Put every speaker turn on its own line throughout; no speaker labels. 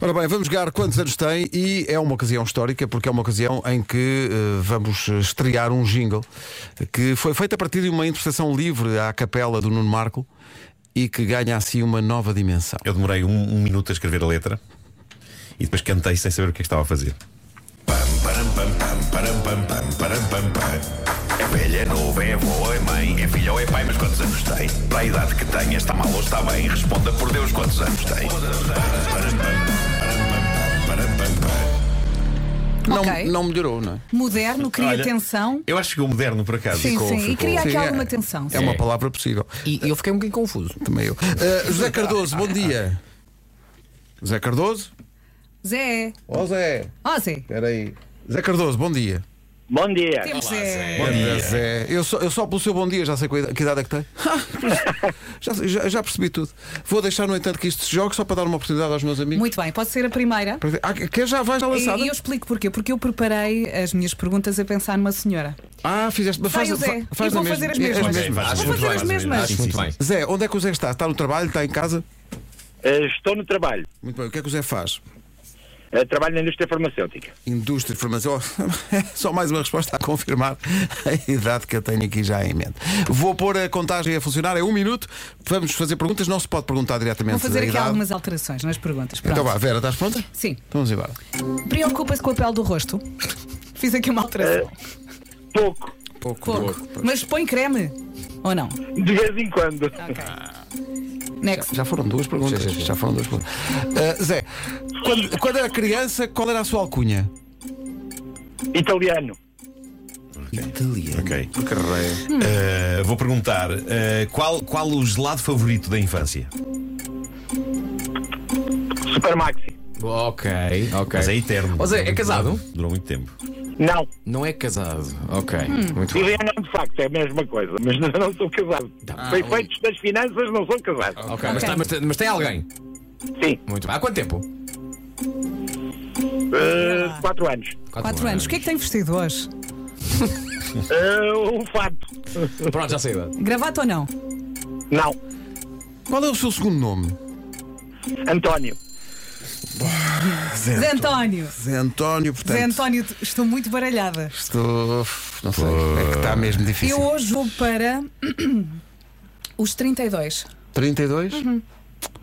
Ora bem, vamos jogar quantos anos tem e é uma ocasião histórica porque é uma ocasião em que eh, vamos estrear um jingle que foi feito a partir de uma interpretação livre à capela do Nuno Marco e que ganha assim uma nova dimensão.
Eu demorei um, um minuto a escrever a letra e depois cantei sem saber o que é que estava a fazer.
Pam, param, pam, pam, param, pam, pam, param, pam, pam. É velha, é novo, é avó, é mãe, é filha ou é pai, mas quantos anos tem? Para a idade que tem, está mal ou está bem? Responda por Deus, quantos anos tem? Param, pam, param, pam, param, pam, pam.
Não,
Ok.
não melhorou, não é?
Moderno, cria
Olha,
tensão.
Eu acho que chegou moderno por acaso.
Sim,
Ficou-
sim. E
ficou-
queria aqui
Sim,
alguma
é-
tensão.
É uma palavra possível.
E eu fiquei um bocadinho confuso.
Também eu. Eh, José Cardoso, bom dia. José Cardoso?
Zé.
Ó Zé,
Ó, Zé.
espera aí. Zé Cardoso, bom dia.
Bom dia.
Temos Zé.
Bom dia, Zé. Eu só, eu só pelo seu bom dia já sei que idade que idade é que tem.
Ah.
já, já- já percebi tudo. Vou deixar, no entanto, que isto se jogue só para dar uma oportunidade aos meus amigos.
Muito bem, pode ser a primeira.
Ah, quer já vais já lançada?
E, e eu explico porquê. Porque eu preparei as minhas perguntas a pensar numa senhora.
Ah, fizeste. Faz,
Vai, o Zé.
fa- faz
E
a
vou
mesma.
fazer as
É,
mesmas.
mesmas.
faz
Vou
muito
fazer as
bem, faz
mesmas.
muito bem.
Zé, onde é que o Zé está? Está no trabalho? Está em casa?
Eh, estou no trabalho.
Muito bem. O que é que o Zé faz?
Eh, trabalho na indústria farmacêutica.
Indústria de farmacêutica. Só mais uma resposta a confirmar a idade que eu tenho aqui já em mente. Vou pôr a contagem a funcionar, é um minuto. Vamos fazer perguntas, não se pode perguntar diretamente
Vou
da
fazer aqui
idade.
algumas alterações nas perguntas.
Então
Pronto.
vá, Vera, estás pronta?
Sim.
Então Vamos embora.
Preocupa-se com a pele do rosto? Fiz aqui uma alteração.
Pouco.
Pouco,
Pouco. Mas põe creme? Ou não?
De vez em quando.
Next.
Já foram duas perguntas. Já foram duas perguntas. Ah, Zé, quando, quando era criança, qual era a sua alcunha?
Italiano.
Italiano.
Ok. Eh, vou perguntar eh, qual, qual o gelado favorito da infância?
Supermaxi.
Ok, ok.
Mas é eterno.
Ó, Zé, é casado?
Durou muito tempo.
Não.
Não é casado. Ok,
Hum.
muito bem.
Italiano de facto é a mesma coisa, mas não, não sou casado. Foi feitos das finanças, não sou casado.
Ok, Mas, tá- mas tem- mas tem alguém.
Sim.
Muito bem. Há quanto tempo?
Eh,
Ah.
quatro anos.
Tá
Quatro anos. O que é que tem vestido hoje?
Eh, um fato.
Pronto, já sei. a idade.
Gravata ou não?
Não.
Qual é o seu segundo nome?
António.
Zé António.
Zé António, portanto.
Zé António, estou muito baralhada.
Estou. Não sei. É que está mesmo difícil.
Eu hoje vou para os 32.
32?
Uhum.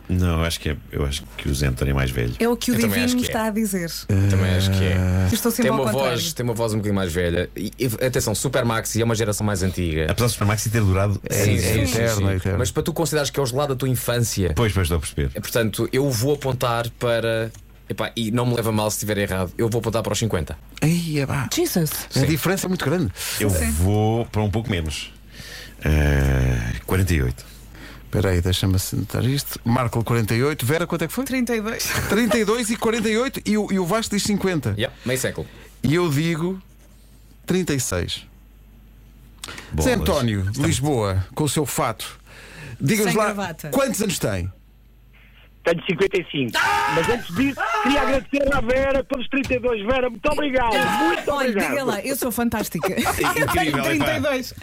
Não, eu acho que, é, eu acho que o Zé António é mais velho.
É o que o
Eu também
Divino
acho
me
que é.
está a dizer.
Também acho que é.
Ah,
Eu Estou sempre
Tem
ao
uma,
contrário.
voz, tem uma voz um bocadinho mais velha. E, e- atenção, Super Maxi é uma geração mais antiga.
Apesar do Supermaxi ter durado.
Sim,
seis
é
anos.
eterno, é eterno.
Mas para tu considerares que é o gelado da tua infância, é,
Pois, pois estou a perceber.
portanto, eu vou apontar para. Epá, e não me leva a mal se estiver errado, eu vou apontar para os 50.
Aí, é pá.
Jesus.
A diferença é muito grande.
Eu vou para um pouco menos. Eh, 48.
Espera aí, deixa-me assentar isto. Marco 48. Vera, quanto é que foi?
32.
32 e 48. E o, e o Vasco diz 50.
Yeah, meio século.
E eu digo 36. Zé
Bolas.
António, de Lisboa, com o seu fato. Diga-nos
Sem
lá
gravata.
quantos anos tem?
Tenho 55.
Ah!
Mas antes disso, queria agradecer à Vera pelos 32. Vera, muito obrigado. Muito
Olha,
obrigado.
diga lá, eu sou fantástica.
Incrível,
eu tenho 32.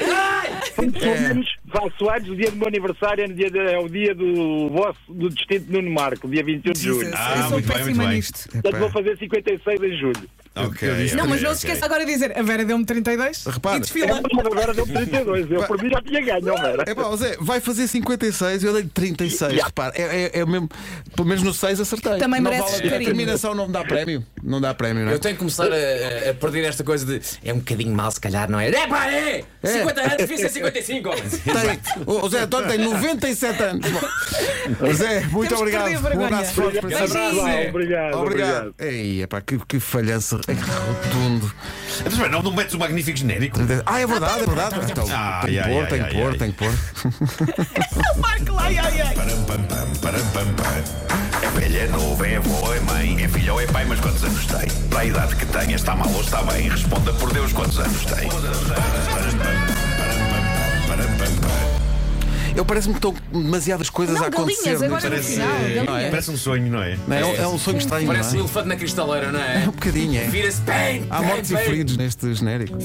Somos falsoados o dia do meu aniversário, é, no dia de- é o dia do vosso, do distrito de Nuno Marco, dia 21 de
Jesus,
julho.
Ah,
eu sou
muito bem,
péssima
muito bem.
nisto.
Portanto, vou fazer 56 em julho.
Ok.
Não, mas
ok,
não se
ok.
esqueça agora de dizer: a Vera deu-me 32
Repara.
e
É,
desfila.
mas agora deu 32. Eu por mim já tinha ganho, ó, Vera.
É pá, ó Zé, vai fazer 56 eu dei 36.
Yeah.
Repara, é, é, é o mesmo. Pelo menos no 6 acertei.
Também
não
mereces
vale, a
carinho.
terminação não me dá prémio. Não dá prémio, não é?
Eu tenho que começar a- a, a perder esta coisa de. É um bocadinho mal, se calhar, não é? É, pá, é! 50 anos, devia ser 55, homem!
Tem- o o Zé António tem 97 anos. Bom, Zé, muito
Temos que
obrigado.
perder a
Um
vergonha.
abraço forte para
Beijinho.
si.
Obrigado, obrigado.
Obrigado. Ei, é pá, que, que falhança é rotundo.
Mas, espera, Não, não metes o magnífico genérico.
Ah, é verdade, é verdade. Então,
Ah,
tem que
ai,
pôr,
ai,
tem que
ai,
pôr,
ai.
tem que pôr.
Param, pam, pam, param, pam, pam. É velha, é novo, é avó, é mãe, é filha ou é pai, mas quantos anos tem? Para a idade que tem, está mal ou está bem? Responda por Deus, quantos anos tem? Param, pam, param, pam, param, pam, pam.
Eu parece-me que estão demasiadas coisas
Não,
a acontecer.
galinhas, agora no
neste-
final.
Não é?
Galinhas.
Parece um sonho, não é?
Não, é, é um sonho estranho.
Parece um
não é?
elefante na cristaleira, não é?
É um bocadinho, é.
Vira-se, bem!
Há mortos e feridos neste genérico.